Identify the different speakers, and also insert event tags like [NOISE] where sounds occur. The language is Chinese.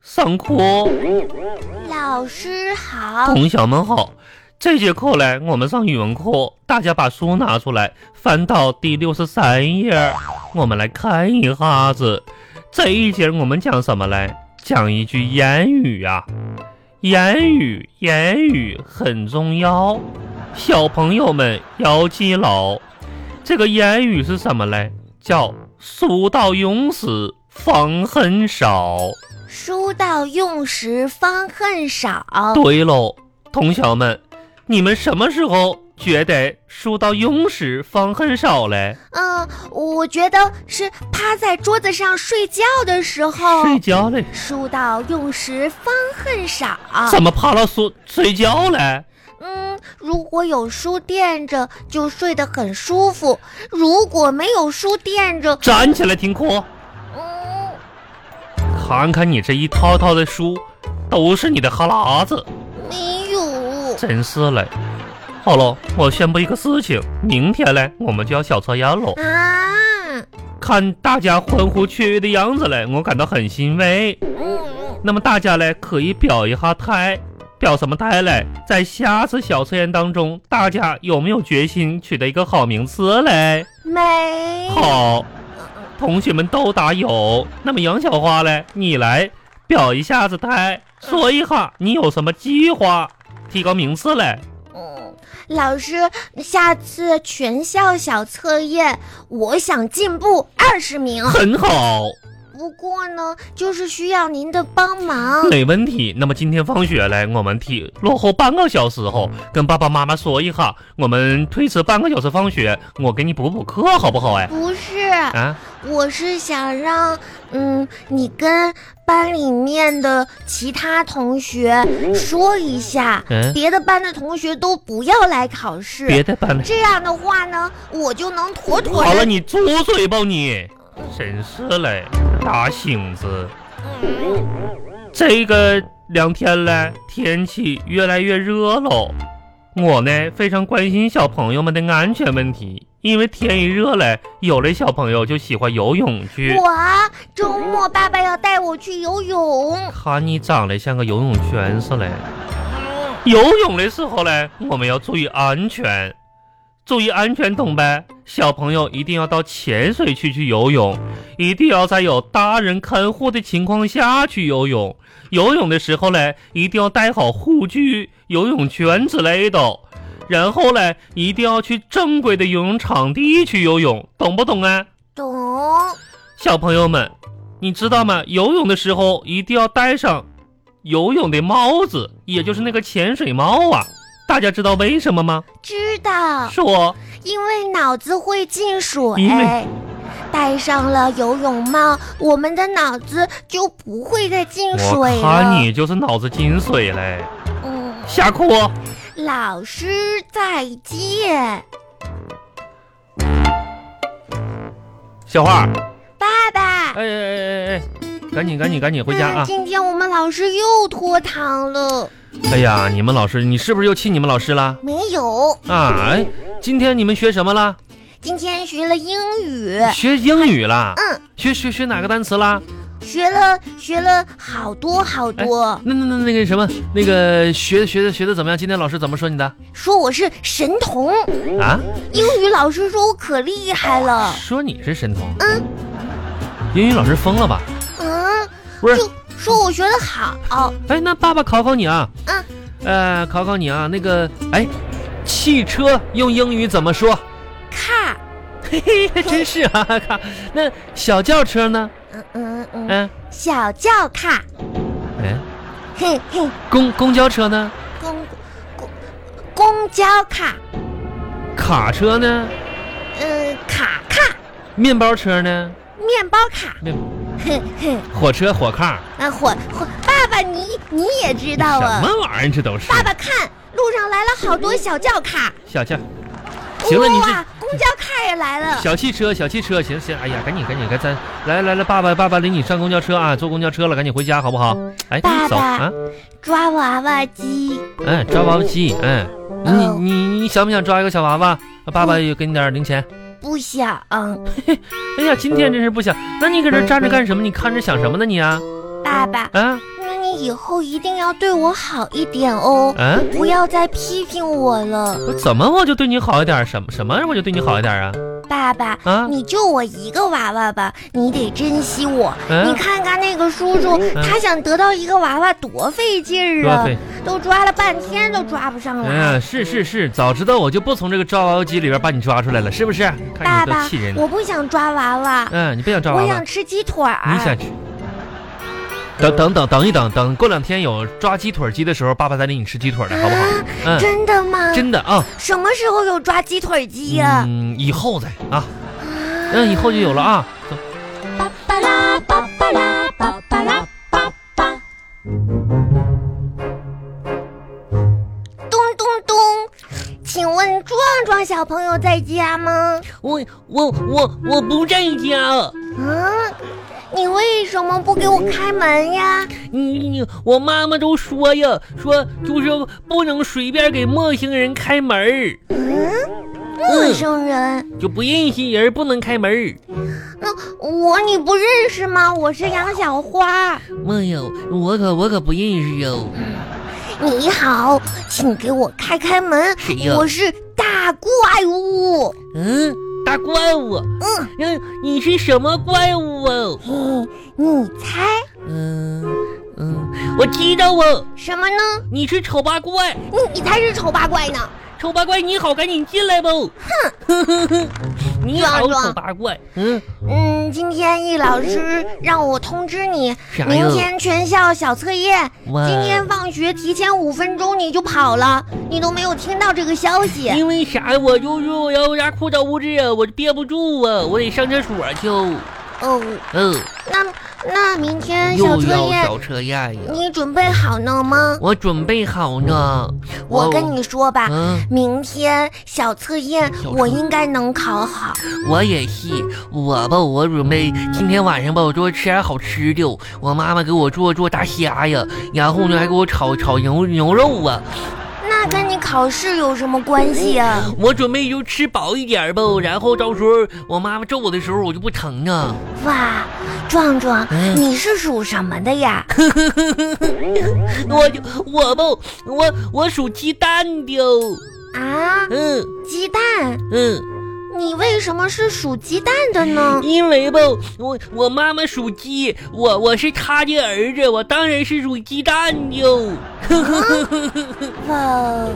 Speaker 1: 上课。哦
Speaker 2: 老师嗯好，
Speaker 1: 同学们好，这节课嘞，我们上语文课，大家把书拿出来，翻到第六十三页，我们来看一下子。这一节我们讲什么嘞？讲一句谚语啊，谚语，谚语很重要，小朋友们要记牢。这个谚语是什么嘞？叫“书到用时方恨少”。
Speaker 2: 书到用时方恨少。
Speaker 1: 对喽，同学们，你们什么时候觉得书到用时方恨少嘞？
Speaker 2: 嗯，我觉得是趴在桌子上睡觉的时候，
Speaker 1: 睡觉嘞？
Speaker 2: 书到用时方恨少。
Speaker 1: 怎么趴到书睡觉嘞？
Speaker 2: 嗯，如果有书垫着，就睡得很舒服；如果没有书垫着，
Speaker 1: 站起来听课，
Speaker 2: 嗯，
Speaker 1: 看看你这一套套的书，都是你的哈喇子，
Speaker 2: 没有。
Speaker 1: 真是嘞。好了，我宣布一个事情，明天嘞我们就要小测验喽。
Speaker 2: 啊，
Speaker 1: 看大家欢呼雀跃的样子嘞，我感到很欣慰。
Speaker 2: 嗯，
Speaker 1: 那么大家嘞可以表一下态，表什么态嘞？在下次小测验当中，大家有没有决心取得一个好名次嘞？
Speaker 2: 没。
Speaker 1: 好，同学们都答有。那么杨小花嘞，你来表一下子态，说一下你有什么计划提高名次嘞？
Speaker 2: 嗯，老师，下次全校小测验，我想进步二十名。 [LAUGHS]
Speaker 1: 很好，
Speaker 2: 不过呢，就是需要您的帮忙。
Speaker 1: [LAUGHS] 没问题。那么今天放学嘞，我们提落后半个小时后，跟爸爸妈妈说一下，我们推迟半个小时放学，我给你补补课，好不好？哎，
Speaker 2: 不是，
Speaker 1: 啊。
Speaker 2: 我是想让，嗯，你跟班里面的其他同学说一
Speaker 1: [LAUGHS]
Speaker 2: 下，
Speaker 1: 嗯
Speaker 2: 别的班的同学都不要来考
Speaker 1: 别
Speaker 2: 试。
Speaker 1: 的班了。
Speaker 2: 这样的话呢，我就能妥妥
Speaker 1: 好了，
Speaker 2: 的。
Speaker 1: 你住嘴吧你！真是嘞，大醒子。
Speaker 2: 嗯
Speaker 1: 这个两天嘞，天气越来越热喽。我呢非常关心小朋友们的安全问题，因为天一热嘞，有的小朋友就喜欢游泳去。
Speaker 2: 我啊周末爸爸要带我去游泳。
Speaker 1: 看你长得像个游泳圈似的。游泳的时候嘞，我们要注意安全，注意安全，懂呗？小朋友一定要到浅水区去游泳，一定要在有大人看护的情况下去游泳。游泳的时候嘞，一定要带好护具、游泳圈之类的。然后嘞，一定要去正规的游泳场地去游泳，懂不懂啊？
Speaker 2: 懂。
Speaker 1: 小朋友们，你知道吗？游泳的时候一定要戴上游泳的帽子，也就是那个潜水帽啊。大家知道为什么吗？
Speaker 2: 知道，
Speaker 1: 说
Speaker 2: 因为脑子会进水哎
Speaker 1: 因为。
Speaker 2: 戴上了游泳帽，我们的脑子就不会再进水
Speaker 1: 我
Speaker 2: 了。
Speaker 1: 看你就是脑子进水嘞。
Speaker 2: 嗯，
Speaker 1: 下课。
Speaker 2: 老师再见，
Speaker 1: 小花，
Speaker 2: 爸爸。
Speaker 1: 哎哎哎哎哎，赶紧赶紧赶紧回家
Speaker 2: 嗯
Speaker 1: 啊！
Speaker 2: 今天我们老师又拖堂了，
Speaker 1: 哎呀，你们老师，你是不是又气你们老师了？
Speaker 2: 没有。
Speaker 1: 啊，哎，今天你们学什么了？
Speaker 2: 今天学了英语，
Speaker 1: 学英语啦？
Speaker 2: 嗯，
Speaker 1: 学学学哪个单词啦？
Speaker 2: 学了学了好多好多，
Speaker 1: 那那那那个什么，那个学学的学的怎么样？今天老师怎么说你的？
Speaker 2: 说我是神童。
Speaker 1: 啊？
Speaker 2: 英语老师说我可厉害了。
Speaker 1: 说你是神童？嗯。英语老师疯了吧？
Speaker 2: 嗯，
Speaker 1: 不是，
Speaker 2: 就说我学的好，哦
Speaker 1: 哎，那爸爸考考你啊。
Speaker 2: 嗯。
Speaker 1: 呃，考考你啊，那个，哎，汽车用英语怎么
Speaker 2: [LAUGHS]
Speaker 1: 说？
Speaker 2: 看，
Speaker 1: 嘿嘿，还真是啊，看那小轿车呢？
Speaker 2: 嗯嗯嗯，
Speaker 1: 嗯、
Speaker 2: 小轿看，
Speaker 1: 哎，
Speaker 2: 嘿嘿，
Speaker 1: 公公交车呢？
Speaker 2: 公公公交卡，
Speaker 1: 卡车呢？
Speaker 2: 嗯、卡卡，
Speaker 1: 面包车呢？
Speaker 2: 面包卡，
Speaker 1: 面
Speaker 2: 嘿嘿，
Speaker 1: 火车火炕？
Speaker 2: 啊火火，爸爸你你也知道
Speaker 1: 什
Speaker 2: 啊，
Speaker 1: 么玩意儿？这都是
Speaker 2: 爸爸看路上来了好多小轿卡，
Speaker 1: 小轿。行了，你这
Speaker 2: 哇，公交卡也来 [LAUGHS] 了，
Speaker 1: 小汽车，小汽车，行行，哎呀，赶紧赶紧，该咱来来来，爸爸爸爸领你上公交车啊，坐公交车了，赶紧回家好不好？哎，
Speaker 2: 嗯爸
Speaker 1: 走
Speaker 2: 爸
Speaker 1: 啊，
Speaker 2: 抓娃娃机，
Speaker 1: 嗯，抓娃娃机，嗯，
Speaker 2: 哦
Speaker 1: 你你你想不想抓一个小娃娃？爸爸也给你点零钱。
Speaker 2: 不想，
Speaker 1: 哎呀，今天真是不想，那你搁这站着干什么？你看着想什么呢你啊？
Speaker 2: 爸爸，
Speaker 1: 啊，
Speaker 2: 那你以后一定要对我好一点哦，
Speaker 1: 啊，
Speaker 2: 不要再批评我了。
Speaker 1: 我怎么我就对你好一点？什么什么我就对你好一点啊？
Speaker 2: 爸爸，
Speaker 1: 啊
Speaker 2: 你就我一个娃娃吧，你得珍惜我。
Speaker 1: 嗯
Speaker 2: 你看看那个叔叔，他想得到一个娃娃多费劲儿
Speaker 1: 多
Speaker 2: 啊
Speaker 1: 费，
Speaker 2: 都抓了半天都抓不上
Speaker 1: 哎
Speaker 2: 来。
Speaker 1: 呀，是是是，早知道我就不从这个照妖机里边把你抓出来了，是不是？看
Speaker 2: 爸
Speaker 1: 你都
Speaker 2: 爸
Speaker 1: 气人，的。
Speaker 2: 我不想抓娃娃，
Speaker 1: 嗯，你别想抓娃
Speaker 2: 我
Speaker 1: 娃
Speaker 2: 想，吃鸡腿儿。
Speaker 1: 你想吃。等等等等一等，等过两天有抓鸡腿儿鸡的时候，爸爸再领你吃鸡腿儿来，好不好？
Speaker 2: 啊
Speaker 1: 嗯，
Speaker 2: 真的吗？
Speaker 1: 真的啊，
Speaker 2: 什么时候有抓鸡腿鸡呀、
Speaker 1: 嗯，以后再啊，嗯，以后就有了啊。走
Speaker 2: 巴巴拉巴巴拉巴巴拉巴巴。咚咚咚，请问壮壮小朋友在家吗？
Speaker 1: 我我我我不在家，
Speaker 2: 嗯，你为什么不给我开门呀？
Speaker 1: 你我妈妈都说呀，说就是不能随便给陌生人开门儿，
Speaker 2: 陌生人，
Speaker 1: 就不认识人不能开门儿。
Speaker 2: 那、我你不认识吗？我是杨小花。
Speaker 1: 妈呀，我可我可不认识哟。
Speaker 2: 你好，请给我开开门
Speaker 1: 谁呀，
Speaker 2: 我是大怪物。
Speaker 1: 嗯，大怪物，嗯，你是什么怪物啊？
Speaker 2: 嘿，你猜
Speaker 1: 嗯嗯，我知道啊，
Speaker 2: 什么呢？
Speaker 1: 你是丑八怪，
Speaker 2: 你你才是丑八怪呢！
Speaker 1: 丑八怪你好，赶紧进来吧。哼，你好，
Speaker 2: 壮壮
Speaker 1: 丑八怪。嗯，
Speaker 2: 嗯，今天易老师让我通知你，
Speaker 1: 啥呀
Speaker 2: 明天全校小测验，
Speaker 1: 哇
Speaker 2: 今天放学提前五分钟你就跑了，你都没有听到这个消息。
Speaker 1: 因为啥？我就是我要家裤裆污渍啊，我憋不住啊，我得上厕所去。
Speaker 2: 哦，
Speaker 1: 嗯，
Speaker 2: 那那明天小
Speaker 1: 又
Speaker 2: 测
Speaker 1: 要
Speaker 2: 验
Speaker 1: 小测验呀，
Speaker 2: 你准备好了吗？
Speaker 1: 我准备好呢。
Speaker 2: 我跟，你说吧，
Speaker 1: 嗯，
Speaker 2: 明天小测验
Speaker 1: 小测
Speaker 2: 我应该能考好。
Speaker 1: 我也是，我吧，我准备今天晚上吧，我多吃点好吃的。我妈妈给我做做大虾呀，然后呢还给我炒炒牛牛肉啊。
Speaker 2: 那跟你考试有什么关系啊？
Speaker 1: 我准备就吃饱一点吧，然后到时候我妈妈揍我的时候我就不疼啊。
Speaker 2: 哇，壮壮，
Speaker 1: 嗯
Speaker 2: 你是属什么的
Speaker 1: [LAUGHS]
Speaker 2: 呀？
Speaker 1: 我就我吧，我我属鸡蛋的哦，
Speaker 2: 啊，
Speaker 1: 嗯
Speaker 2: 鸡蛋，
Speaker 1: 嗯，
Speaker 2: 你为什么是属鸡蛋的呢？
Speaker 1: 因为吧，我我妈妈属鸡，我我是她的儿子，我当然是属鸡蛋的哦。
Speaker 2: 哇哦，